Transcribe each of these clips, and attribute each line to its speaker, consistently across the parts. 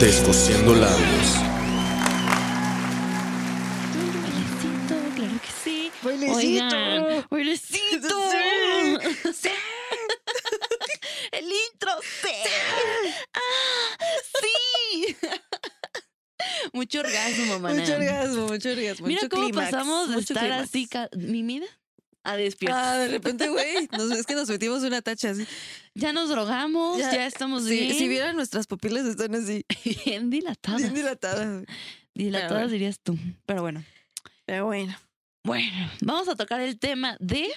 Speaker 1: Descosiendo labios.
Speaker 2: Bailecito, claro que sí.
Speaker 3: Bailecito.
Speaker 2: Oigan, bailecito.
Speaker 3: Sí, sí.
Speaker 2: El intro. Sí. Ah, sí. Mucho orgasmo, maná.
Speaker 3: Mucho orgasmo, mucho orgasmo.
Speaker 2: Mira
Speaker 3: mucho
Speaker 2: cómo
Speaker 3: clímax,
Speaker 2: pasamos de
Speaker 3: mucho
Speaker 2: estar
Speaker 3: clímax.
Speaker 2: así, ca- mimida, a despierta.
Speaker 3: Ah, de repente, güey, nos- es que nos metimos una tacha así.
Speaker 2: Ya nos drogamos, ya,
Speaker 3: Ya,
Speaker 2: estamos
Speaker 3: Si,
Speaker 2: bien,
Speaker 3: si vieran nuestras pupilas están así,
Speaker 2: bien dilatadas.
Speaker 3: bien dilatadas.
Speaker 2: dilatadas
Speaker 3: Ah, bueno.
Speaker 2: dirías tú. Pero bueno.
Speaker 3: Pero bueno.
Speaker 2: Bueno, vamos a tocar el tema de.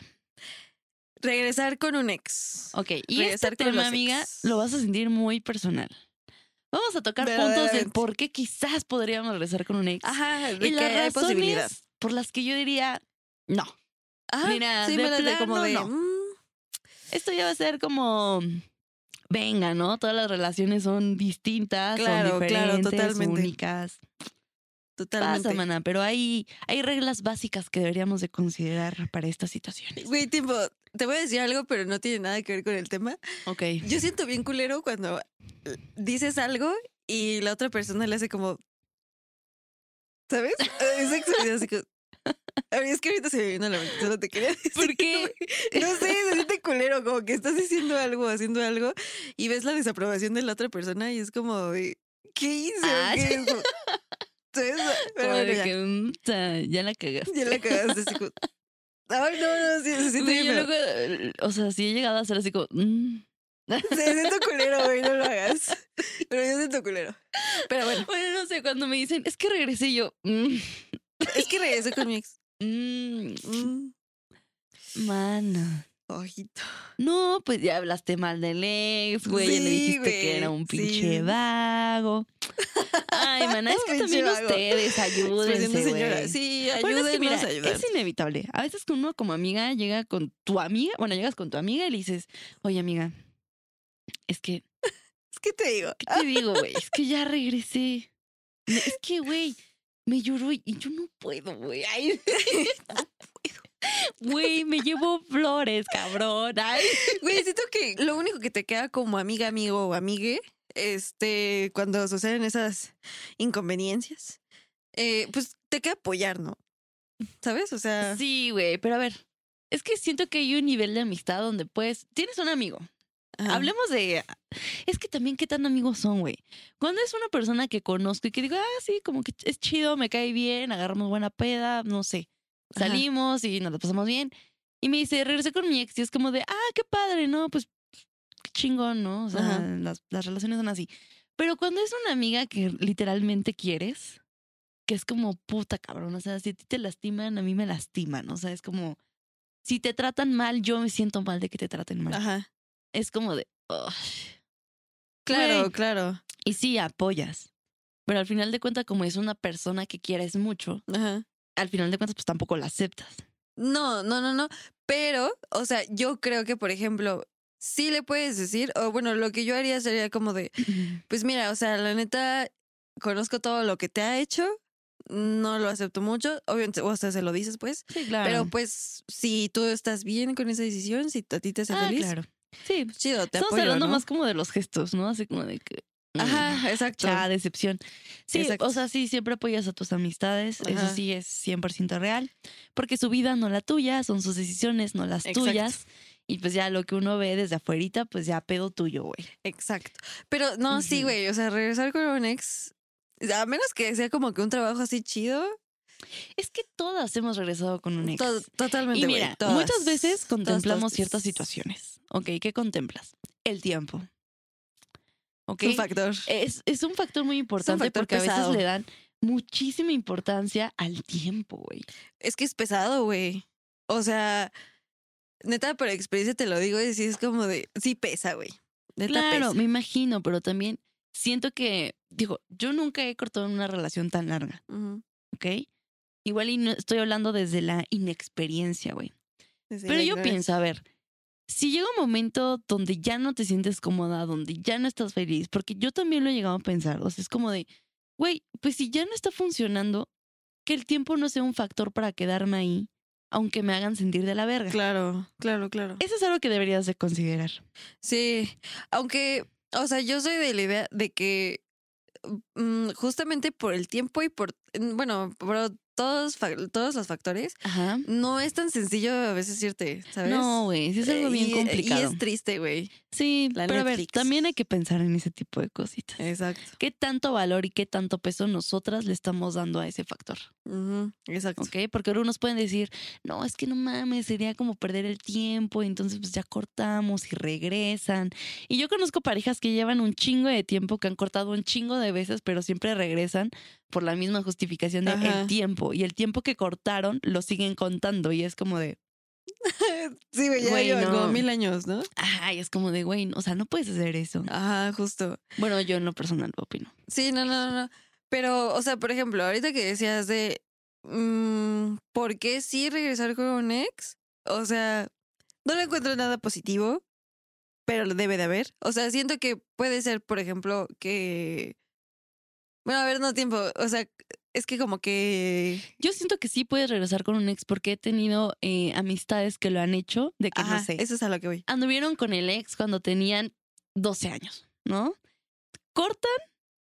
Speaker 3: Regresar con un ex.
Speaker 2: Ok, y
Speaker 3: Regresar
Speaker 2: este
Speaker 3: con
Speaker 2: tema,
Speaker 3: los
Speaker 2: amiga,
Speaker 3: ex.
Speaker 2: lo vas a sentir muy personal. Vamos a tocar puntos del
Speaker 3: Verdaderamente.
Speaker 2: por qué quizás podríamos regresar con un ex.
Speaker 3: Ajá, de
Speaker 2: y
Speaker 3: que
Speaker 2: las
Speaker 3: hay
Speaker 2: razones
Speaker 3: posibilidad.
Speaker 2: por las que yo diría, no,
Speaker 3: Ajá,
Speaker 2: mira,
Speaker 3: sí,
Speaker 2: de
Speaker 3: me las de como
Speaker 2: plano
Speaker 3: de.
Speaker 2: no.
Speaker 3: mm,
Speaker 2: esto ya va a ser como. Venga, ¿no? Todas las relaciones son distintas,
Speaker 3: Claro,
Speaker 2: son
Speaker 3: claro,
Speaker 2: diferentes,
Speaker 3: totalmente.
Speaker 2: únicas.
Speaker 3: totalmente.
Speaker 2: Pasa, maná, pero hay, hay reglas básicas que deberíamos de considerar para estas situaciones.
Speaker 3: Güey, tiempo, te voy a decir algo, pero no tiene nada que ver con el tema.
Speaker 2: Ok.
Speaker 3: Yo siento bien culero cuando eh, dices algo y la otra persona le hace como. ¿Sabes? Eh, Es así como. A ver, es que ahorita se me vino a la mente, solo te quería decir.
Speaker 2: ¿Por qué?
Speaker 3: güey. No sé, se siente culero, como que estás diciendo algo, haciendo algo, y ves la desaprobación de la otra persona y es como, de, ¿qué hice?
Speaker 2: Ah,
Speaker 3: ¿Qué hizo? ¿Sabes? Pero
Speaker 2: Como de
Speaker 3: bueno, ya,
Speaker 2: que, mm, ta, ya la cagaste.
Speaker 3: ya la cagaste, así como, Ay, no, no, sí, se siente
Speaker 2: Güey,
Speaker 3: bien
Speaker 2: yo
Speaker 3: feo.
Speaker 2: luego, eh, o sea, sí he llegado a ser así como, mm.
Speaker 3: Sí, siento culero, güey, no lo hagas. Pero yo siento culero. Pero bueno,
Speaker 2: bueno, no sé, cuando me dicen, es que regresé yo, mm,
Speaker 3: es que regresé con mi ex.
Speaker 2: mm,
Speaker 3: Mm,
Speaker 2: mano.
Speaker 3: ojito.
Speaker 2: No, pues ya hablaste mal del ex, güey, ya le
Speaker 3: Sí,
Speaker 2: dijiste
Speaker 3: güey,
Speaker 2: que era un pinche
Speaker 3: sí.
Speaker 2: vago. Ay, maná, es que
Speaker 3: Pinche
Speaker 2: también
Speaker 3: vago.
Speaker 2: ustedes
Speaker 3: Expresión
Speaker 2: ayúdense,
Speaker 3: de Pues, señora.
Speaker 2: güey.
Speaker 3: Sí,
Speaker 2: Bueno, es que
Speaker 3: ayúdenos a
Speaker 2: mira,
Speaker 3: ayudar.
Speaker 2: es inevitable. A veces que uno como amiga llega con tu amiga, bueno, llegas con tu amiga y le dices, oye amiga, es que
Speaker 3: Es que te digo.
Speaker 2: ¿Qué te digo, güey? Es que ya regresé. Me- Es que, güey, me lloró y y yo no puedo, güey. Ay, Güey, me llevo flores, cabrón. Ay,
Speaker 3: Güey, siento que lo único que te queda como amiga, amigo o amigue, este, cuando suceden esas inconveniencias, eh, pues te queda apoyar, ¿no? ¿Sabes? O sea,
Speaker 2: Sí, güey, pero a ver. Es que siento que hay un nivel de amistad donde puedes. Tienes un amigo.
Speaker 3: ajá.
Speaker 2: Hablemos de. Es que también qué tan amigos son, güey. Cuando es una persona que conozco y que digo, ah, sí, como que es chido, me cae bien, agarramos buena peda, no sé.
Speaker 3: Ajá.
Speaker 2: Salimos y nos la pasamos bien. Y me dice, regresé con mi ex y es como de, ah, qué padre, ¿no? Pues qué chingón, ¿no? O sea,
Speaker 3: Ajá.
Speaker 2: las, las relaciones son así. Pero cuando es una amiga que literalmente quieres, que es como puta cabrón, o sea, si a ti te lastiman, a mí me lastiman, o sea, es como, si te tratan mal, yo me siento mal de que te traten mal.
Speaker 3: Ajá.
Speaker 2: Es como de, "Ugh".
Speaker 3: Claro,
Speaker 2: Güey.
Speaker 3: claro.
Speaker 2: Y sí, apoyas. Pero al final de cuentas, como es una persona que quieres mucho,
Speaker 3: Ajá.
Speaker 2: al final de cuentas, pues tampoco la aceptas.
Speaker 3: No, no, no, no. Pero, o sea, yo creo que, por ejemplo, sí le puedes decir, o bueno, lo que yo haría sería como de, pues mira, o sea, la neta, conozco todo lo que te ha hecho, no lo acepto mucho, obviamente, o sea, se lo dices, pues,
Speaker 2: Sí,
Speaker 3: pero pues si tú estás bien con esa decisión, si a ti te hace
Speaker 2: ah,
Speaker 3: feliz,
Speaker 2: claro. Sí,
Speaker 3: pues, chido, te
Speaker 2: estamos
Speaker 3: apoyo,
Speaker 2: hablando
Speaker 3: ¿no?
Speaker 2: más como de los gestos, ¿no? Así como de que. mm,
Speaker 3: Ajá, exacto.
Speaker 2: cha, decepción. Sí,
Speaker 3: Exacto.
Speaker 2: o sea, sí, siempre apoyas a tus amistades. Eso
Speaker 3: Ajá.
Speaker 2: sí es 100% real. Porque su vida no la tuya, son sus decisiones, no las
Speaker 3: Exacto.
Speaker 2: tuyas. Y pues ya lo que uno ve desde afuerita, pues ya pedo tuyo, güey.
Speaker 3: Exacto. Pero no, sí,
Speaker 2: Ujú.
Speaker 3: güey, o sea, regresar con un ex, a menos que sea como que un trabajo así chido,
Speaker 2: Es que todas hemos regresado con un ex.
Speaker 3: to- totalmente.
Speaker 2: Y
Speaker 3: güey,
Speaker 2: mira,
Speaker 3: todas.
Speaker 2: muchas veces
Speaker 3: Todas, todas,
Speaker 2: contemplamos
Speaker 3: todas.
Speaker 2: ciertas situaciones. Ok, ¿qué contemplas? El tiempo. Ok.
Speaker 3: Es un factor.
Speaker 2: Es, es un factor muy importante
Speaker 3: factor
Speaker 2: porque a
Speaker 3: pesado.
Speaker 2: veces le dan muchísima importancia al tiempo, güey.
Speaker 3: Es que es pesado, güey. O sea, neta, por experiencia te lo digo, y sí es como de, sí pesa, güey. Neta
Speaker 2: Claro,
Speaker 3: pesa.
Speaker 2: me imagino, pero también siento que, digo, yo nunca he cortado una relación tan larga,
Speaker 3: Ujú.
Speaker 2: ¿ok? Igual y no estoy hablando desde la inexperiencia, güey.
Speaker 3: Desde
Speaker 2: Pero
Speaker 3: la
Speaker 2: yo
Speaker 3: ignorancia.
Speaker 2: pienso, a ver, si llega un momento donde ya no te sientes cómoda, donde ya no estás feliz, porque yo también lo he llegado a pensar, o sea, es como de, güey, pues si ya no está funcionando, que el tiempo no sea un factor para quedarme ahí, aunque me hagan sentir de la verga.
Speaker 3: Claro, claro, claro.
Speaker 2: Eso es algo que deberías de considerar.
Speaker 3: Eh, Sí, aunque, o sea, yo soy de la idea de que mm, justamente por el tiempo y por, mm, bueno, por todos, fa- todos los factores,
Speaker 2: Ajá.
Speaker 3: no es tan sencillo a veces irte, ¿sabes?
Speaker 2: No, güey, sí es algo
Speaker 3: Eh,
Speaker 2: bien
Speaker 3: y-
Speaker 2: complicado.
Speaker 3: Y es triste, güey.
Speaker 2: Sí,
Speaker 3: La
Speaker 2: pero a ver,
Speaker 3: Netflix. Eh.
Speaker 2: también hay que pensar en ese tipo de cositas.
Speaker 3: Exacto.
Speaker 2: ¿Qué tanto valor y qué tanto peso nosotras le estamos dando a ese factor?
Speaker 3: Ujú, exacto.
Speaker 2: ¿Ok? Porque algunos pueden decir, no, es que no mames, sería como perder el tiempo, y entonces pues ya cortamos y regresan. Y yo conozco parejas que llevan un chingo de tiempo, que han cortado un chingo de veces, pero siempre regresan por la misma justificación de
Speaker 3: Ajá.
Speaker 2: el tiempo. Y el tiempo que cortaron lo siguen contando y es como de,
Speaker 3: Sí, güey, ya
Speaker 2: Güey,
Speaker 3: llevan
Speaker 2: no.
Speaker 3: como mil años, ¿no?
Speaker 2: ay, es como de, güey, o sea, no puedes hacer eso.
Speaker 3: Ajá, justo.
Speaker 2: Ah, Bueno, yo en lo personal lo opino.
Speaker 3: Sí, no, no, no, no. Pero, o sea, por ejemplo, ahorita que decías de mm, por qué sí regresar con un ex, o sea, no le encuentro nada positivo, pero lo debe de haber. O sea, siento que puede ser, por ejemplo, que. Bueno, a ver, no tiempo. O sea, es que como que.
Speaker 2: Yo siento que sí puedes regresar con un ex porque he tenido eh, amistades que lo han hecho, de que
Speaker 3: Ajá,
Speaker 2: no sé.
Speaker 3: Eso es a lo que voy.
Speaker 2: Anduvieron con el ex cuando tenían 12 años, ¿no? Cortan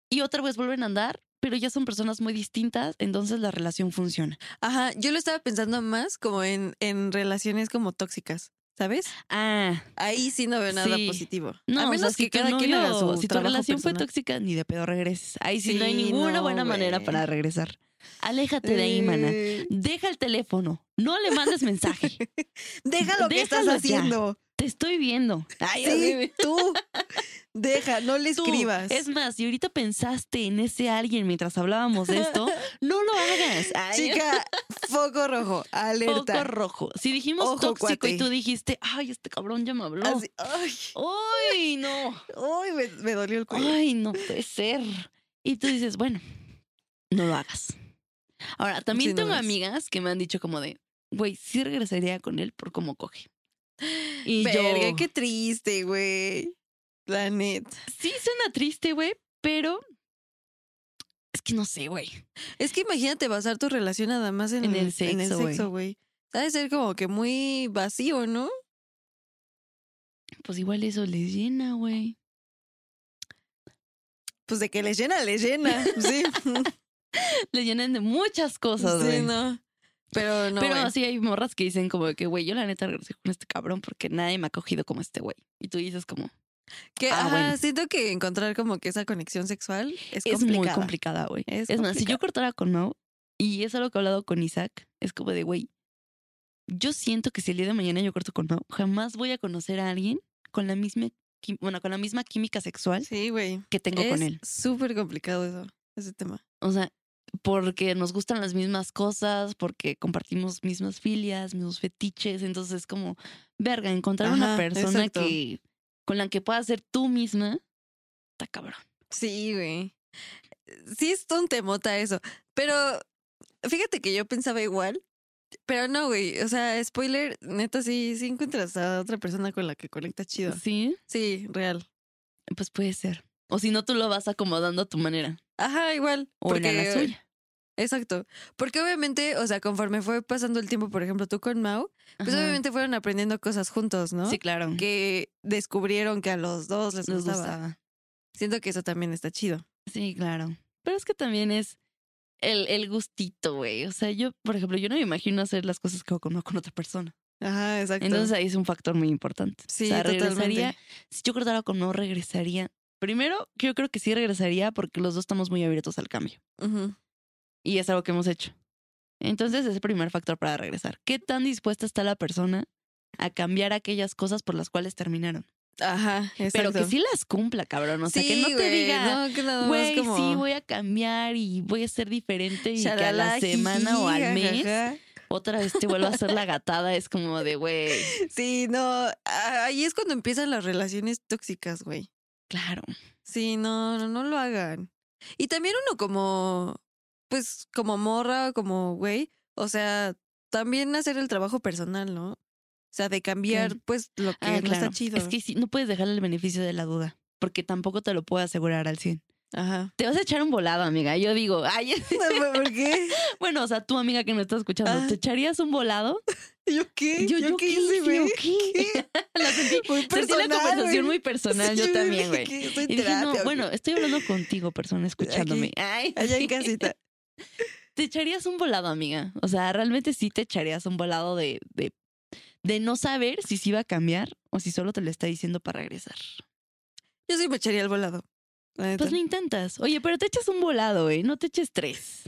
Speaker 2: y otra vez vuelven a andar, pero ya son personas muy distintas, entonces la relación funciona.
Speaker 3: Ajá, yo lo estaba pensando más como en, en relaciones como tóxicas, ¿sabes?
Speaker 2: Ah,
Speaker 3: Ahí sí no veo nada
Speaker 2: Sí.
Speaker 3: positivo.
Speaker 2: no,
Speaker 3: a
Speaker 2: o sea,
Speaker 3: menos
Speaker 2: si
Speaker 3: que
Speaker 2: tu
Speaker 3: cada quien haga
Speaker 2: novio-
Speaker 3: su
Speaker 2: Si tu
Speaker 3: trabajo
Speaker 2: relación fue
Speaker 3: personal.
Speaker 2: tóxica, ni de pedo regreses. Ahí sí, no hay
Speaker 3: Sí,
Speaker 2: ninguna
Speaker 3: no,
Speaker 2: buena manera
Speaker 3: güey.
Speaker 2: para regresar. Aléjate de ahí, mana.
Speaker 3: Eh,
Speaker 2: Deja el teléfono, no le mandes mensaje.
Speaker 3: Deja lo que
Speaker 2: Déjalo
Speaker 3: estás
Speaker 2: ya.
Speaker 3: haciendo.
Speaker 2: Te estoy viendo. Ay, así me-
Speaker 3: Sí, tú. Deja, no le
Speaker 2: tú.
Speaker 3: escribas.
Speaker 2: Es más, si ahorita pensaste en ese alguien mientras hablábamos de esto, no lo hagas. Ay,
Speaker 3: Chica, foco rojo, alerta.
Speaker 2: Foco rojo. Si dijimos
Speaker 3: Ojo,
Speaker 2: tóxico
Speaker 3: cuate.
Speaker 2: y tú dijiste, ay, este cabrón ya me habló.
Speaker 3: Así, ay,
Speaker 2: Ay, no.
Speaker 3: ay, me, me dolió el cuello.
Speaker 2: Ay, no puede ser. Y tú dices, bueno, no lo hagas. Ahora, también
Speaker 3: Sí, no
Speaker 2: tengo
Speaker 3: lo hagas.
Speaker 2: amigas que me han dicho como de, güey, sí regresaría con él por cómo coge. Y
Speaker 3: Verga,
Speaker 2: yo,
Speaker 3: qué triste, güey. La neta.
Speaker 2: sí suena triste, güey, pero es que no sé, güey.
Speaker 3: Es que imagínate basar tu relación nada más en,
Speaker 2: En el
Speaker 3: en
Speaker 2: sexo, güey.
Speaker 3: sexo, güey. Ha de ser como que muy vacío, ¿no?
Speaker 2: Pues igual eso les llena, güey.
Speaker 3: Pues de que les llena, les llena. Sí.
Speaker 2: Les llenan de muchas cosas, güey.
Speaker 3: sí, no. Pero no.
Speaker 2: Pero
Speaker 3: bueno.
Speaker 2: así hay morras que dicen como que, güey, yo la neta regresé con este cabrón porque nadie me ha cogido como este güey. Y tú dices como,
Speaker 3: Que,
Speaker 2: Ah,
Speaker 3: ajá,
Speaker 2: bueno.
Speaker 3: siento que encontrar como que esa conexión sexual es,
Speaker 2: es, muy
Speaker 3: complicada.
Speaker 2: complicada, güey.
Speaker 3: Es
Speaker 2: Es más, si yo
Speaker 3: complicada.
Speaker 2: cortara con Mau, y es algo que he hablado con Isaac, es como de, güey, yo siento que si el día de mañana yo corto con Mau, jamás voy a conocer a alguien con la misma, quim- bueno, con la misma química sexual
Speaker 3: Sí, güey.
Speaker 2: que tengo
Speaker 3: es
Speaker 2: con él.
Speaker 3: súper complicado eso, ese tema.
Speaker 2: O sea, porque nos gustan las mismas cosas, porque compartimos mismas filias, mismos fetiches. Entonces, es como, verga, encontrar una
Speaker 3: Ajá,
Speaker 2: persona
Speaker 3: exacto.
Speaker 2: que con la que puedas ser tú misma, está cabrón.
Speaker 3: Sí, güey. Sí es un temota eso. Pero fíjate que yo pensaba igual. Pero no, güey. O sea, spoiler, neta, sí, sí encuentras a otra persona con la que conectas chido.
Speaker 2: Sí,
Speaker 3: Sí, real.
Speaker 2: pues puede ser. O si no, tú lo vas acomodando a tu manera
Speaker 3: Ajá, igual.
Speaker 2: o en la
Speaker 3: porque-
Speaker 2: suya.
Speaker 3: Exacto. Porque obviamente, o sea, conforme fue pasando el tiempo, por ejemplo, tú con Mau, pues
Speaker 2: Ajá.
Speaker 3: obviamente fueron aprendiendo cosas juntos, ¿no?
Speaker 2: Sí, claro.
Speaker 3: que descubrieron que a los dos les,
Speaker 2: nos
Speaker 3: gustaba.
Speaker 2: gustaba.
Speaker 3: Siento que eso también está chido.
Speaker 2: Sí, claro. Pero es que también es el, el gustito, güey. O sea, yo, por ejemplo, yo no me imagino hacer las cosas que hago con, con otra persona.
Speaker 3: Ajá, exacto.
Speaker 2: Entonces ahí es un factor muy importante.
Speaker 3: Sí,
Speaker 2: o sea, regresaría.
Speaker 3: totalmente.
Speaker 2: Si yo cortara con no, regresaría. Primero, yo creo que sí regresaría porque los dos estamos muy abiertos al cambio.
Speaker 3: Ujú.
Speaker 2: Y es algo que hemos hecho. Entonces es el primer factor para regresar. ¿Qué tan dispuesta está la persona a cambiar aquellas cosas por las cuales terminaron?
Speaker 3: Ajá, exacto.
Speaker 2: Pero que sí las cumpla, cabrón. O sea, que no te
Speaker 3: güey,
Speaker 2: diga,
Speaker 3: No, que nada más
Speaker 2: güey,
Speaker 3: como
Speaker 2: sí, voy a cambiar y voy a ser diferente y que a
Speaker 3: shalala,
Speaker 2: la semana o al
Speaker 3: jiji,
Speaker 2: mes
Speaker 3: jajaja.
Speaker 2: otra vez te vuelvo a hacer la gatada, es como de, güey,
Speaker 3: Sí, no, a- ahí es cuando empiezan las relaciones tóxicas, güey.
Speaker 2: claro.
Speaker 3: Sí, no, no, no lo hagan. Y también uno como, pues, como morra, como güey, o sea, también hacer el trabajo personal, ¿no? O sea, de cambiar,
Speaker 2: Claro.
Speaker 3: pues, lo que
Speaker 2: Ah,
Speaker 3: no
Speaker 2: claro.
Speaker 3: está chido.
Speaker 2: Es que sí, no puedes dejar el beneficio de la duda, porque tampoco te lo puedo asegurar al 100.
Speaker 3: Ajá.
Speaker 2: Te vas a echar un volado, amiga. Yo digo, ay,
Speaker 3: No, ¿Por qué?
Speaker 2: bueno, o sea, tú, amiga que me estás escuchando,
Speaker 3: Ah.
Speaker 2: ¿te echarías un volado?
Speaker 3: ¿Yo qué? ¿Yo, qué hice,
Speaker 2: hice?
Speaker 3: güey?
Speaker 2: ¿Yo qué? La sentí,
Speaker 3: Muy
Speaker 2: sentí la
Speaker 3: personal,
Speaker 2: conversación
Speaker 3: güey.
Speaker 2: muy personal,
Speaker 3: Sí,
Speaker 2: yo
Speaker 3: dije
Speaker 2: también, güey.
Speaker 3: que estoy en
Speaker 2: Y dije, no,
Speaker 3: terapia,
Speaker 2: bueno, estoy hablando contigo, persona, escuchándome.
Speaker 3: Aquí,
Speaker 2: Ay,
Speaker 3: Allá en
Speaker 2: sí.
Speaker 3: casita.
Speaker 2: Te echarías un volado, amiga. O sea, realmente sí te echarías un volado de, de, de no saber si sí va a cambiar o si solo te lo está diciendo para regresar.
Speaker 3: Yo sí me echaría el volado. la neta.
Speaker 2: Pues lo intentas. Oye, pero te echas un volado, güey. No te eches tres.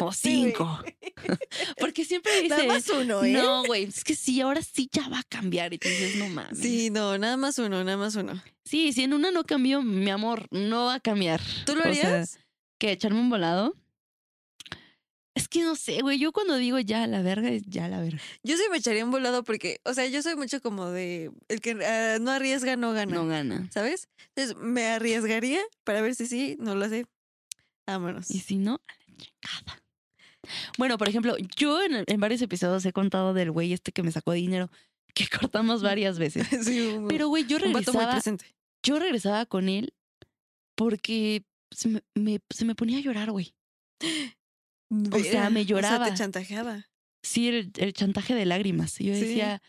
Speaker 2: o
Speaker 3: Sí, güey.
Speaker 2: cinco. Porque siempre
Speaker 3: Nada
Speaker 2: dices,
Speaker 3: más uno, ¿eh?
Speaker 2: no, güey, es que sí, ahora sí ya va a cambiar. Y tú dices, no mames.
Speaker 3: Sí, no, nada más uno, nada más uno.
Speaker 2: Sí, si en una no cambió, mi amor, no va a cambiar.
Speaker 3: ¿Tú lo
Speaker 2: O sea,
Speaker 3: harías?
Speaker 2: ¿Qué? ¿Echarme un volado? Es que no sé, güey. Yo cuando digo ya a la verga, es ya a la verga.
Speaker 3: Yo sí me echaría un volado porque, o sea, yo soy mucho como de el que ah, no arriesga, no gana.
Speaker 2: No gana.
Speaker 3: ¿Sabes? Entonces me arriesgaría para ver si sí, no lo sé. Vámonos.
Speaker 2: Y si no, a la chingada. Bueno, por ejemplo, yo en, en varios episodios he contado del güey este que me sacó dinero, que cortamos varias veces.
Speaker 3: Sí, un,
Speaker 2: Pero, güey, yo
Speaker 3: un vato muy
Speaker 2: regresaba,
Speaker 3: presente.
Speaker 2: yo regresaba con él porque se me, me- se me ponía a llorar, güey. mm, sea,
Speaker 3: Verga,
Speaker 2: me
Speaker 3: O sea,
Speaker 2: lloraba.
Speaker 3: te chantajeaba.
Speaker 2: Sí, el, el chantaje de lágrimas. Y yo
Speaker 3: Sí.
Speaker 2: decía,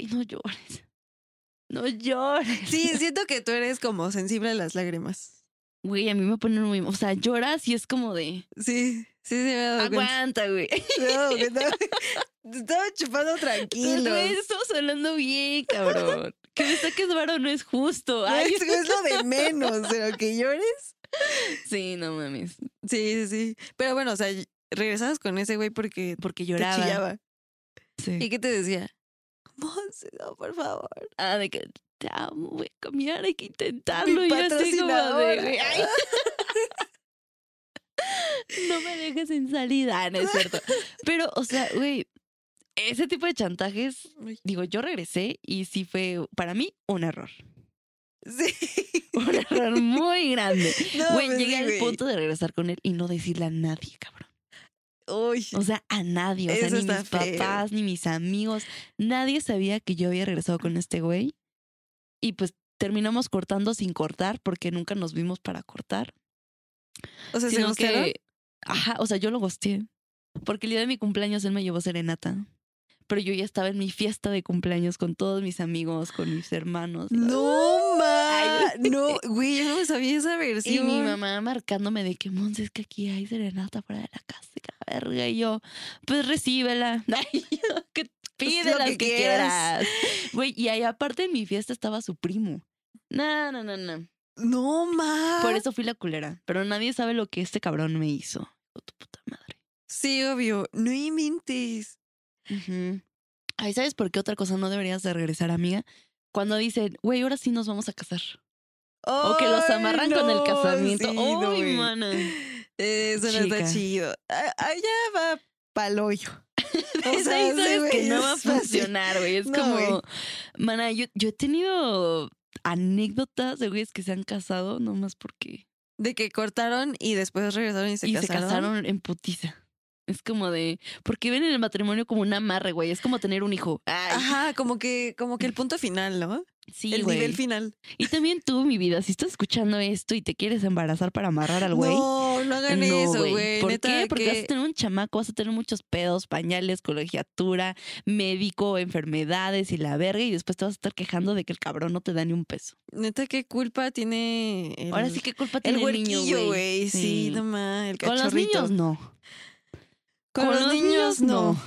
Speaker 2: güey, no llores. No llores.
Speaker 3: Sí, siento que tú eres como sensible a las lágrimas.
Speaker 2: Güey, a mí me ponen muy... O sea, lloras y es como de...
Speaker 3: Sí, sí, sí me he dado cuenta.
Speaker 2: Aguanta, güey.
Speaker 3: No, que no. Te Estaba chupando tranquilo.
Speaker 2: Güey, estamos hablando bien, cabrón. que me saques varo no es justo. Ay,
Speaker 3: Es, es lo de menos, pero que llores.
Speaker 2: sí, no mames.
Speaker 3: Sí, sí, sí. Pero bueno, o sea, regresabas con ese güey porque
Speaker 2: Porque
Speaker 3: te
Speaker 2: lloraba.
Speaker 3: chillaba.
Speaker 2: Sí.
Speaker 3: ¿Y qué te decía? Monse, no, por favor.
Speaker 2: Ah, de que te amo, voy a cambiar, hay que intentarlo.
Speaker 3: Mi
Speaker 2: Y yo estoy como de,
Speaker 3: patrocinadora.
Speaker 2: güey, ay. No me dejes sin salida, Ah, no es cierto. Pero, o sea, güey, ese tipo de chantajes, digo, yo regresé y sí fue, para mí, un error.
Speaker 3: Sí.
Speaker 2: Un error muy grande.
Speaker 3: No,
Speaker 2: Güey,
Speaker 3: pues
Speaker 2: llegué
Speaker 3: sí,
Speaker 2: al
Speaker 3: güey.
Speaker 2: punto de regresar con él y no decirle a nadie, cabrón.
Speaker 3: Uy.
Speaker 2: O sea, a nadie. O sea,
Speaker 3: Eso
Speaker 2: ni mis
Speaker 3: está feo.
Speaker 2: papás, ni mis amigos. Nadie sabía que yo había regresado con este güey. Y pues terminamos cortando sin cortar porque nunca nos vimos para cortar.
Speaker 3: O sea, se
Speaker 2: Sino
Speaker 3: gustaron.
Speaker 2: que- Ajá, o sea, yo lo gosté. Porque el día de mi cumpleaños él me llevó serenata. Pero yo ya estaba en mi fiesta de cumpleaños con todos mis amigos, con mis hermanos.
Speaker 3: No, ma.
Speaker 2: Ay,
Speaker 3: No, güey, yo no sabía esa versión.
Speaker 2: Y mi mamá marcándome de que, Monse, es que aquí hay serenata fuera de la casa, y que la verga. Y yo, pues recíbela. Ay, yo, que pide las que,
Speaker 3: Pues, que
Speaker 2: quieras.
Speaker 3: quieras.
Speaker 2: Güey, y ahí aparte en mi fiesta estaba su primo. No, no, no, no.
Speaker 3: No, ma.
Speaker 2: Por eso fui la culera. Pero nadie sabe lo que este cabrón me hizo. Hijo de tu puta madre.
Speaker 3: Sí, obvio. No inventes.
Speaker 2: Ujú. Ay, ¿sabes por qué otra cosa no deberías de regresar, amiga? Cuando dicen, güey, ahora sí nos vamos a casar. O que los
Speaker 3: Ay,
Speaker 2: amarran con el
Speaker 3: no,
Speaker 2: casamiento.
Speaker 3: sí,
Speaker 2: Uy,
Speaker 3: no, güey.
Speaker 2: mana.
Speaker 3: Eso no
Speaker 2: Chica.
Speaker 3: está chido. A- Allá va pa'l hoyo. O
Speaker 2: Esa ahí
Speaker 3: sí,
Speaker 2: sabes que
Speaker 3: güey,
Speaker 2: no va a
Speaker 3: es fácil.
Speaker 2: funcionar, güey. Es
Speaker 3: No,
Speaker 2: como,
Speaker 3: güey.
Speaker 2: mana, yo, yo he tenido anécdotas de güeyes que se han casado nomás porque...
Speaker 3: De que cortaron y después regresaron y se
Speaker 2: y
Speaker 3: casaron.
Speaker 2: se casaron en putiza. Es como de... Porque ven el matrimonio como un amarre, güey. Es como tener un hijo. Ay,
Speaker 3: Ajá, como que, como que el punto final, ¿no?
Speaker 2: sí,
Speaker 3: el
Speaker 2: güey.
Speaker 3: nivel final.
Speaker 2: Y también tú, mi vida, si estás escuchando esto y te quieres embarazar para amarrar al güey...
Speaker 3: No, no hagan
Speaker 2: no,
Speaker 3: eso, güey.
Speaker 2: ¿Por
Speaker 3: Neta,
Speaker 2: qué? Porque vas a
Speaker 3: que-
Speaker 2: tener un chamaco, vas a tener muchos pedos, pañales, colegiatura, médico, enfermedades y la verga, y después te vas a estar quejando de que el cabrón no te da ni un peso.
Speaker 3: neta, qué culpa tiene el,
Speaker 2: Ahora sí que culpa
Speaker 3: el
Speaker 2: tiene el niño,
Speaker 3: huerquillo,
Speaker 2: güey.
Speaker 3: güey. Sí, nomás, el
Speaker 2: Con los
Speaker 3: cachorrito.
Speaker 2: niños no.
Speaker 3: Con, los, niños, no.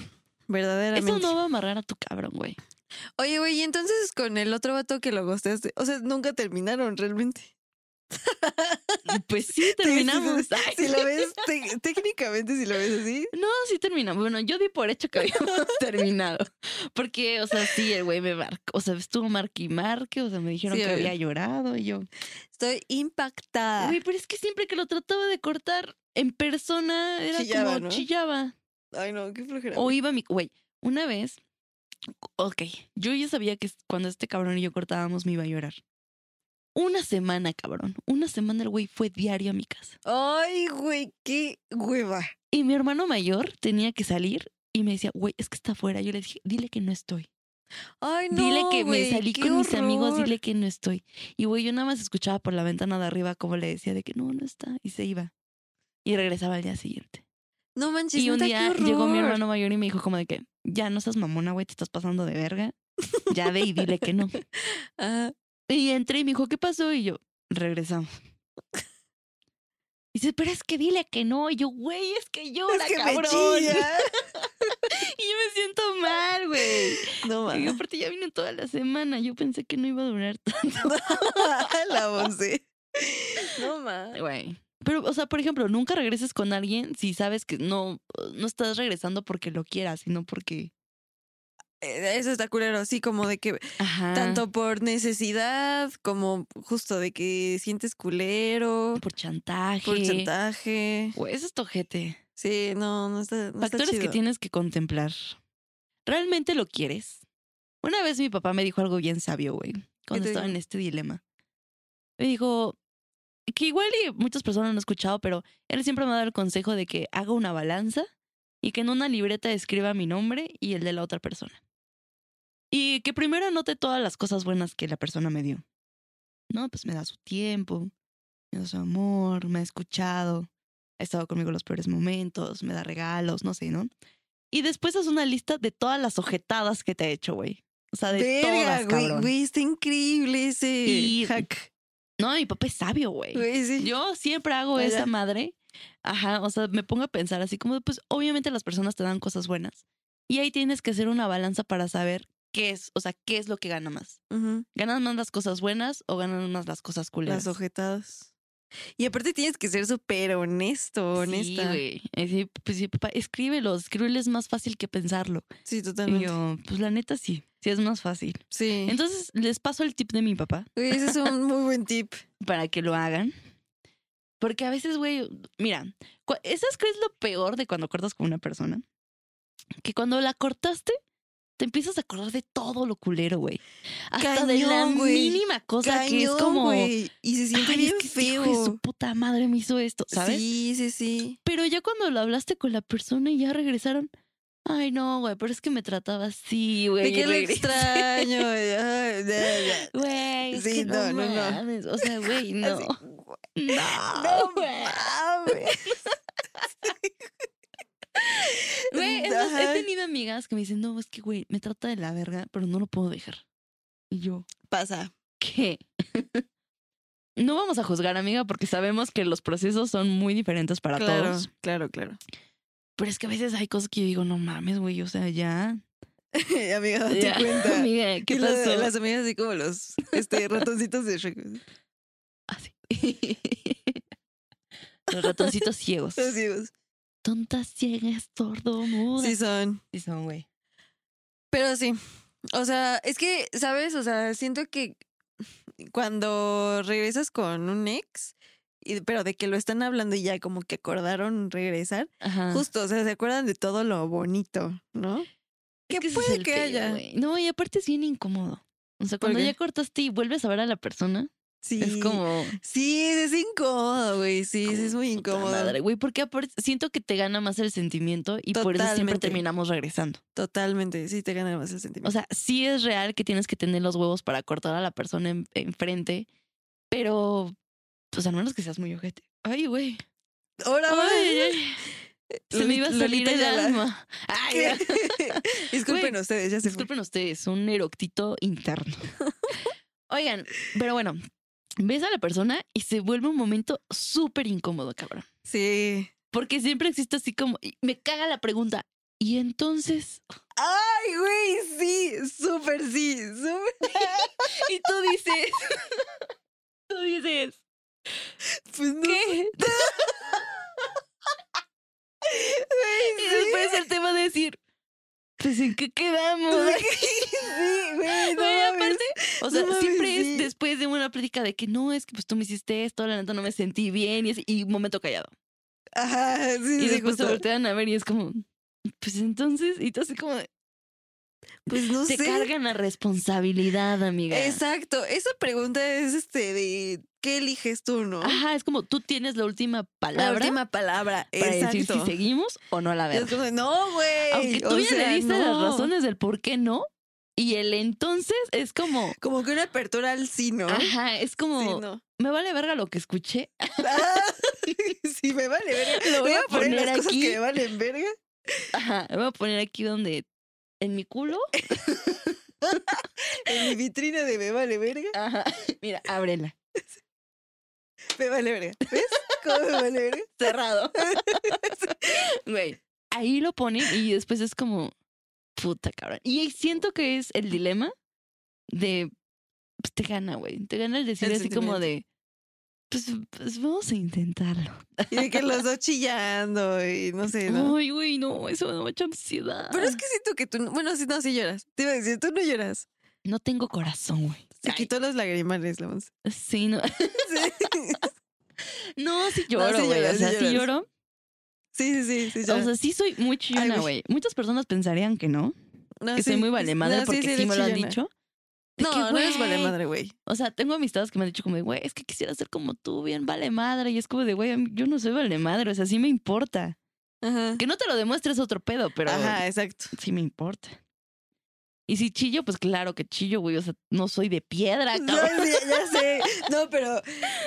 Speaker 3: Verdaderamente.
Speaker 2: Eso no va a amarrar a tu cabrón, güey.
Speaker 3: Oye, güey, y entonces con el otro vato que lo gosteaste, o sea, nunca terminaron realmente.
Speaker 2: Pues sí, terminamos.
Speaker 3: Si,
Speaker 2: Ay,
Speaker 3: si lo ves, te- técnicamente, si lo ves así,
Speaker 2: No, sí terminamos. Bueno, yo di por hecho que habíamos terminado. Porque, o sea, sí, el güey me marcó. O sea, estuvo marque y marque. O sea, me dijeron
Speaker 3: Sí,
Speaker 2: que
Speaker 3: obvio.
Speaker 2: había llorado y yo.
Speaker 3: estoy impactada.
Speaker 2: Güey, pero es que siempre que lo trataba de cortar en persona era
Speaker 3: Chillaba,
Speaker 2: como
Speaker 3: ¿no?
Speaker 2: chillaba.
Speaker 3: Ay, no, qué flojera.
Speaker 2: O iba mi. Güey, una vez. Ok, yo ya sabía que cuando este cabrón y yo cortábamos me iba a llorar. Una semana, cabrón. Una semana el güey fue diario a mi casa.
Speaker 3: Ay, güey, qué hueva.
Speaker 2: Y mi hermano mayor tenía que salir y me decía, güey, es que está afuera. Yo le dije, dile que no estoy.
Speaker 3: Ay, no.
Speaker 2: dile que
Speaker 3: güey,
Speaker 2: me salí
Speaker 3: qué
Speaker 2: con mis amigos,
Speaker 3: horror.
Speaker 2: dile que no estoy. Y güey, yo nada más escuchaba por la ventana de arriba como le decía de que no, no está. Y se iba. Y regresaba al día siguiente.
Speaker 3: No manches,
Speaker 2: y un
Speaker 3: neta, qué
Speaker 2: día llegó mi
Speaker 3: horror.
Speaker 2: hermano mayor y me dijo como de que, ya no seas mamona, güey, te estás pasando de verga. Ya ve y dile que no.
Speaker 3: Ajá.
Speaker 2: Y entré y me dijo, ¿qué pasó? Y yo, regresamos. Y dice, pero es que dile que no. Y yo, güey, es que llora,
Speaker 3: Es que me
Speaker 2: cabrón.
Speaker 3: chilla.
Speaker 2: Y yo me siento mal, güey.
Speaker 3: No
Speaker 2: Y
Speaker 3: mames.
Speaker 2: aparte ya vino toda la semana. Yo pensé que no iba a durar
Speaker 3: La once. No mames.
Speaker 2: Güey. Pero, o sea, por ejemplo, nunca regreses con alguien si sabes que no, no estás regresando porque lo quieras, sino porque.
Speaker 3: Eh, Eso está culero, sí, como de que
Speaker 2: Ajá.
Speaker 3: tanto por necesidad como justo de que sientes culero,
Speaker 2: por chantaje.
Speaker 3: por chantaje.
Speaker 2: Güey, eso es tojete.
Speaker 3: Sí, no, no está, no está
Speaker 2: Factores que
Speaker 3: chido.
Speaker 2: tienes que contemplar. ¿Realmente lo quieres? Una vez mi papá me dijo algo bien sabio, güey, cuando
Speaker 3: te
Speaker 2: estaba
Speaker 3: dijo?
Speaker 2: en este dilema. Me dijo que igual y muchas personas no han escuchado, pero él siempre me ha dado el consejo de que haga una balanza y que en una libreta escriba mi nombre y el de la otra persona. Y que primero anote todas las cosas buenas que la persona me dio. No, pues me da su tiempo, me da su amor, me ha escuchado, ha estado conmigo en los peores momentos, me da regalos, no sé, ¿no? Y después haz una lista de todas las ojetadas que te ha hecho, güey. O sea, de
Speaker 3: Verga,
Speaker 2: todas,
Speaker 3: güey,
Speaker 2: cabrón.
Speaker 3: güey, está increíble ese
Speaker 2: Y-
Speaker 3: hack.
Speaker 2: No, mi papá es sabio, güey.
Speaker 3: Güey, sí.
Speaker 2: Yo siempre hago
Speaker 3: Ah, ya.
Speaker 2: esa madre. Ajá, o sea, me pongo a pensar así como, pues obviamente las personas te dan cosas buenas. Y ahí tienes que hacer una balanza para saber qué es, o sea, qué es lo que gana más.
Speaker 3: Ujú,
Speaker 2: ¿Ganan más las cosas buenas o ganan más las cosas culeras?
Speaker 3: Las ojetadas. Y aparte tienes que ser súper honesto,
Speaker 2: Sí,
Speaker 3: honesta.
Speaker 2: güey. Y sí, pues sí, papá, escríbelo. Escribirle es más fácil que pensarlo.
Speaker 3: Sí,
Speaker 2: Y
Speaker 3: totalmente.
Speaker 2: yo, pues la neta sí, sí es más fácil.
Speaker 3: Sí.
Speaker 2: Entonces les paso el tip de mi papá
Speaker 3: Güey, ese es un muy buen tip.
Speaker 2: para que lo hagan. Porque a veces, güey, mira, cu- ¿esas crees lo peor de cuando cortas con una persona? Que cuando la cortaste, te empiezas a acordar de todo lo culero, güey. Hasta de la
Speaker 3: Cañón, güey.
Speaker 2: mínima cosa que es
Speaker 3: Cañón,
Speaker 2: como.
Speaker 3: güey, Y se siente
Speaker 2: "Ay,
Speaker 3: bien
Speaker 2: es que este hijo
Speaker 3: feo.
Speaker 2: de su puta madre me hizo esto, ¿sabes?
Speaker 3: Sí, sí, sí.
Speaker 2: Pero ya cuando lo hablaste con la persona y ya regresaron, ay no, güey, pero es que me trataba así, güey.
Speaker 3: De
Speaker 2: y
Speaker 3: que lo
Speaker 2: regresé.
Speaker 3: extraño. güey. Ay, ya, ya.
Speaker 2: Güey, es
Speaker 3: Sí,
Speaker 2: que no,
Speaker 3: no, no, no.
Speaker 2: mames, O sea, güey, no.
Speaker 3: Así,
Speaker 2: No,
Speaker 3: No
Speaker 2: güey.
Speaker 3: mames.
Speaker 2: Güey, este es más, he
Speaker 3: Ajá.
Speaker 2: tenido amigas que me dicen, no, es que, güey, me trata de la verga, pero no lo puedo dejar. Y yo,
Speaker 3: Pasa.
Speaker 2: ¿qué? no vamos a juzgar, amiga, porque sabemos que los procesos son muy diferentes para
Speaker 3: claro,
Speaker 2: todos.
Speaker 3: claro, claro.
Speaker 2: Pero es que a veces hay cosas que yo digo, no mames, güey, o sea, ya.
Speaker 3: Amiga, date
Speaker 2: Ya,
Speaker 3: Ah, cuenta.
Speaker 2: Amiga, ¿qué
Speaker 3: Y la-
Speaker 2: pasó?
Speaker 3: las amigas así como los este, ratoncitos de Shrek.
Speaker 2: Así. Ah, Los ratoncitos ciegos.
Speaker 3: Los ciegos.
Speaker 2: Tontas, ciegas, sordo, muda.
Speaker 3: "Pues, Sí son.
Speaker 2: Sí son, güey.
Speaker 3: Pero sí. O sea, es que, ¿sabes? O sea, siento que cuando regresas con un ex, y- pero de que lo están hablando y ya como que acordaron regresar,
Speaker 2: Ajá.
Speaker 3: justo, o sea, se acuerdan de todo lo bonito, ¿no?
Speaker 2: Ah. Es ese
Speaker 3: Que
Speaker 2: es
Speaker 3: puede
Speaker 2: el
Speaker 3: que
Speaker 2: pedo,
Speaker 3: haya.
Speaker 2: güey. No, y aparte es bien incómodo. O sea,
Speaker 3: ¿Por
Speaker 2: cuando
Speaker 3: qué?
Speaker 2: ya cortaste y vuelves a ver a la persona,
Speaker 3: Sí.
Speaker 2: es como.
Speaker 3: Sí, es incómodo, güey. Sí, sí, es muy
Speaker 2: puta
Speaker 3: incómodo.
Speaker 2: madre, güey, porque aparte siento que te gana más el sentimiento y por eso siempre
Speaker 3: Totalmente.
Speaker 2: terminamos regresando.
Speaker 3: Totalmente. Sí, te gana más el sentimiento.
Speaker 2: O sea, sí es real que tienes que tener los huevos para cortar a la persona en- enfrente, pero pues al menos que seas muy ojete. Ay, güey.
Speaker 3: Ahora,
Speaker 2: Ay,
Speaker 3: ay, ay.
Speaker 2: ay. Se me iba a salir
Speaker 3: Lolita
Speaker 2: el
Speaker 3: Ayala.
Speaker 2: alma. Ay,
Speaker 3: ¿Qué?
Speaker 2: ay.
Speaker 3: Disculpen
Speaker 2: Güey,
Speaker 3: ustedes, ya se fue.
Speaker 2: Disculpen ustedes, un eructito interno. Oigan, pero bueno, ves a la persona y se vuelve un momento súper incómodo, cabrón.
Speaker 3: Sí.
Speaker 2: Porque siempre existe así como, y me caga la pregunta. Y entonces,
Speaker 3: Ay, güey, sí, súper sí, súper.
Speaker 2: y tú dices, tú dices,
Speaker 3: Pues no.
Speaker 2: ¿qué?
Speaker 3: Güey,
Speaker 2: Y
Speaker 3: sí.
Speaker 2: después el tema de decir, pues en qué quedamos.
Speaker 3: Pues, sí, güey,
Speaker 2: Güey,
Speaker 3: no mames.
Speaker 2: aparte, o sea,
Speaker 3: no mames,
Speaker 2: siempre es
Speaker 3: sí.
Speaker 2: después de una plática de que no, es que pues tú me hiciste esto, la neta no me sentí bien y, así, y momento callado.
Speaker 3: Ajá, sí,
Speaker 2: Y
Speaker 3: sí,
Speaker 2: después se
Speaker 3: justo.
Speaker 2: voltean a ver y es como, pues entonces, y tú así como, de,
Speaker 3: Pues no
Speaker 2: te
Speaker 3: sé.
Speaker 2: cargan la responsabilidad, amiga.
Speaker 3: Exacto. Esa pregunta es este de ¿qué eliges tú, no?
Speaker 2: Ajá, es como tú tienes la última palabra
Speaker 3: la última palabra.
Speaker 2: para decir
Speaker 3: Exacto.
Speaker 2: si seguimos o no la
Speaker 3: Y es
Speaker 2: verdad.
Speaker 3: como, no, güey.
Speaker 2: Aunque tú
Speaker 3: o
Speaker 2: ya
Speaker 3: sea,
Speaker 2: le diste las
Speaker 3: no.
Speaker 2: razones del por qué no, y el entonces es como,
Speaker 3: Como que una apertura al sí, ¿no?
Speaker 2: ajá, es como,
Speaker 3: Sí, no.
Speaker 2: me vale verga lo que escuché.
Speaker 3: sí, me vale verga.
Speaker 2: Lo voy a
Speaker 3: Voy a poner
Speaker 2: poner
Speaker 3: las cosas
Speaker 2: aquí.
Speaker 3: que me valen verga.
Speaker 2: Ajá, me voy a poner aquí donde, en mi culo.
Speaker 3: En mi vitrina de me vale verga.
Speaker 2: Ajá, mira, ábrela.
Speaker 3: Me vale verga. ¿Ves? ¿Cómo me vale verga?
Speaker 2: Cerrado. Güey, ahí lo ponen y después es como, puta cabrón. Y ahí siento que es el dilema de, pues te gana, güey. Te gana el decir
Speaker 3: El
Speaker 2: así como de, pues, pues vamos a intentarlo.
Speaker 3: Y de que los dos chillando y no sé, ¿no? Ah.
Speaker 2: Ay, güey, no, eso me da mucha ansiedad.
Speaker 3: Pero es que siento que tú. no- Bueno, sí, no, sí lloras. Te iba a decir, tú no lloras.
Speaker 2: No tengo corazón, güey.
Speaker 3: Se
Speaker 2: Ay,
Speaker 3: quitó los lagrimales, la once.
Speaker 2: Sí, no.
Speaker 3: Sí,
Speaker 2: No, sí lloro,
Speaker 3: sí
Speaker 2: güey.
Speaker 3: lloras,
Speaker 2: o
Speaker 3: sí
Speaker 2: sea, sí
Speaker 3: lloras.
Speaker 2: lloro.
Speaker 3: sí, sí, sí. sí
Speaker 2: O
Speaker 3: lloras.
Speaker 2: sea, sí soy muy chillona,
Speaker 3: güey.
Speaker 2: güey. Muchas personas pensarían que no,
Speaker 3: No,
Speaker 2: que soy
Speaker 3: Ah, sí,
Speaker 2: muy
Speaker 3: sí,
Speaker 2: vale
Speaker 3: sí,
Speaker 2: madre
Speaker 3: no, sí,
Speaker 2: porque
Speaker 3: sí,
Speaker 2: sí,
Speaker 3: eres
Speaker 2: me lo han
Speaker 3: chillona.
Speaker 2: dicho. De que,
Speaker 3: No, no eres vale
Speaker 2: güey,
Speaker 3: madre, güey.
Speaker 2: O sea, tengo amistades que me han dicho como, de, güey, es que quisiera ser como tú, bien vale madre. Y es como de, güey, a mí- yo no soy vale madre, o sea, sí me importa.
Speaker 3: Ajá.
Speaker 2: Que no te lo demuestres otro pedo, pero
Speaker 3: Ajá, exacto.
Speaker 2: sí me importa. Y si chillo, pues claro que chillo, güey. O sea, no soy de piedra,
Speaker 3: No,
Speaker 2: cabrón.
Speaker 3: sí, ya sé. No, pero,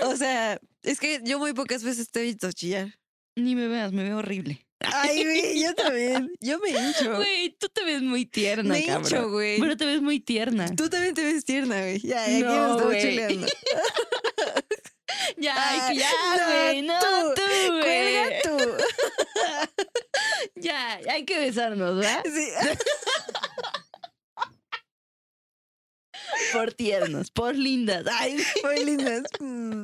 Speaker 3: o sea, es que yo muy pocas veces te he visto chillar.
Speaker 2: Ni me veas, me veo horrible.
Speaker 3: Ay, güey, yo también. Yo me hincho.
Speaker 2: Güey, tú te ves muy tierna,
Speaker 3: me hincho,
Speaker 2: cabrón.
Speaker 3: güey.
Speaker 2: Pero te ves muy tierna.
Speaker 3: Tú también te ves tierna, güey. Ya, aquí
Speaker 2: No,
Speaker 3: nos estamos
Speaker 2: güey.
Speaker 3: chileando.
Speaker 2: Ya,
Speaker 3: Ah,
Speaker 2: que ya,
Speaker 3: no,
Speaker 2: güey. No,
Speaker 3: tú,
Speaker 2: tú,
Speaker 3: Cuelga
Speaker 2: güey.
Speaker 3: tú.
Speaker 2: Ya, hay que besarnos, ¿verdad?
Speaker 3: Sí.
Speaker 2: Por tiernos, por lindas. Ay, sí.
Speaker 3: Muy lindas. Mm.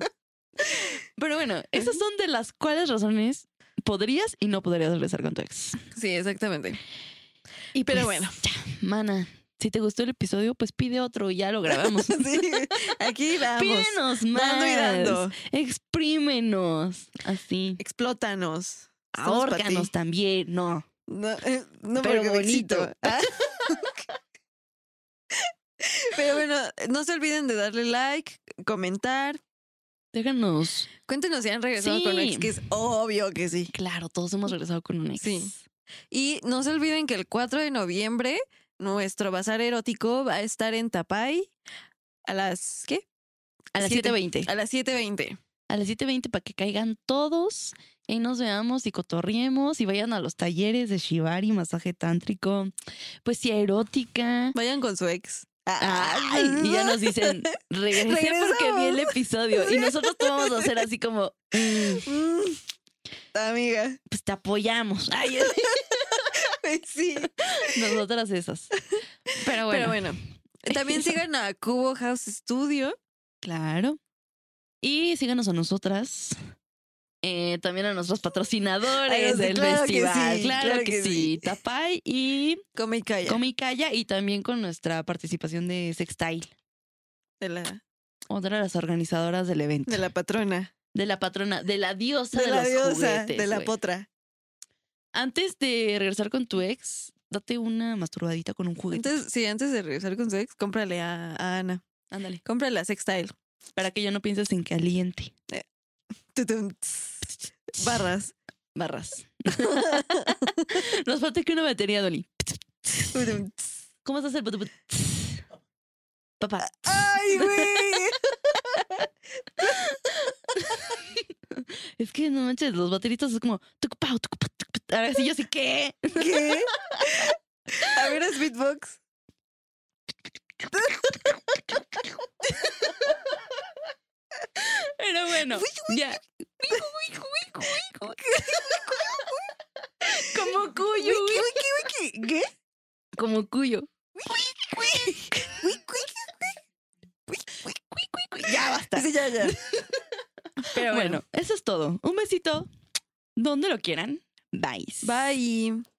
Speaker 2: Pero bueno, esas son de las cuales razones podrías y no podrías regresar con tu ex.
Speaker 3: Sí, exactamente.
Speaker 2: Y
Speaker 3: Pero
Speaker 2: pues,
Speaker 3: bueno.
Speaker 2: ya, mana, si te gustó el episodio, pues pide otro y ya lo grabamos.
Speaker 3: Sí, aquí vamos.
Speaker 2: Pídenos más.
Speaker 3: Dando y dando.
Speaker 2: Exprímenos. Así.
Speaker 3: Explótanos. Estamos pa' ti.
Speaker 2: Ahórcanos también, no.
Speaker 3: No, eh, no
Speaker 2: Pero
Speaker 3: porque me excito.
Speaker 2: bonito.
Speaker 3: Ah. Pero bueno, no se olviden de darle like, comentar.
Speaker 2: Déjanos.
Speaker 3: Cuéntenos si han regresado con un
Speaker 2: Sí.
Speaker 3: ex, que es obvio que sí.
Speaker 2: Claro, todos hemos regresado con un ex.
Speaker 3: Sí. Y no se olviden que el 4 de noviembre nuestro bazar erótico va a estar en Tapay a las ¿qué?
Speaker 2: A las
Speaker 3: Siete.
Speaker 2: 7.20.
Speaker 3: A las 7:20.
Speaker 2: a las 7.20 para que caigan todos y nos veamos y cotorriemos y vayan a los talleres de Shibari, masaje tántrico, poesía erótica.
Speaker 3: Vayan con su ex. Ah,
Speaker 2: Ay, y ya nos dicen, regresé porque vi el episodio. Y nosotros te vamos a hacer así como, "Mm,
Speaker 3: Mm, Amiga,
Speaker 2: pues te apoyamos. Ay,
Speaker 3: sí.
Speaker 2: nosotras esas. Pero bueno,
Speaker 3: Pero bueno, también sigan a Cubo House Studio.
Speaker 2: claro. Y síganos a nosotras. eh, también a nuestros
Speaker 3: Ay,
Speaker 2: patrocinadores
Speaker 3: sí,
Speaker 2: del
Speaker 3: claro que
Speaker 2: festival.
Speaker 3: sí, Eh.
Speaker 2: claro, que, sí. Tapay y
Speaker 3: Come y calla.
Speaker 2: Come y calla y también con nuestra participación de Sextile,
Speaker 3: De la,
Speaker 2: otra de las organizadoras del evento.
Speaker 3: de la patrona.
Speaker 2: De la patrona, de la diosa de,
Speaker 3: De la
Speaker 2: los
Speaker 3: diosa.
Speaker 2: juguetes,
Speaker 3: de la
Speaker 2: güey.
Speaker 3: potra.
Speaker 2: Antes de regresar con tu ex, date una masturbadita con un juguete.
Speaker 3: Entonces, sí, antes de regresar con su ex, cómprale a, a Ana.
Speaker 2: Ándale.
Speaker 3: Cómprale a Sextile.
Speaker 2: Para que ya no pienses en caliente.
Speaker 3: Tutum, tss, Barras.
Speaker 2: Barras. Nos falta que una batería, Dolly.
Speaker 3: Tutum, tss.
Speaker 2: ¿Cómo estás el putu- Papá.
Speaker 3: ¡Ay, güey!
Speaker 2: Es que no manches, los bateritos es como. tucupau, tucupau, tucupau. Ahora sí, yo sé qué.
Speaker 3: ¿Qué? A ver, haz beatbox.
Speaker 2: Pero bueno, ya. Como
Speaker 3: Wiki,
Speaker 2: cuyo. güey.
Speaker 3: wiki, wiki. ¿Qué?
Speaker 2: Como cuyo.
Speaker 3: Wiki, wiki.
Speaker 2: Ya basta.
Speaker 3: Sí, ya, ya.
Speaker 2: Pero bueno, eso es todo. Un besito. Donde lo quieran. Bye.
Speaker 3: Bye.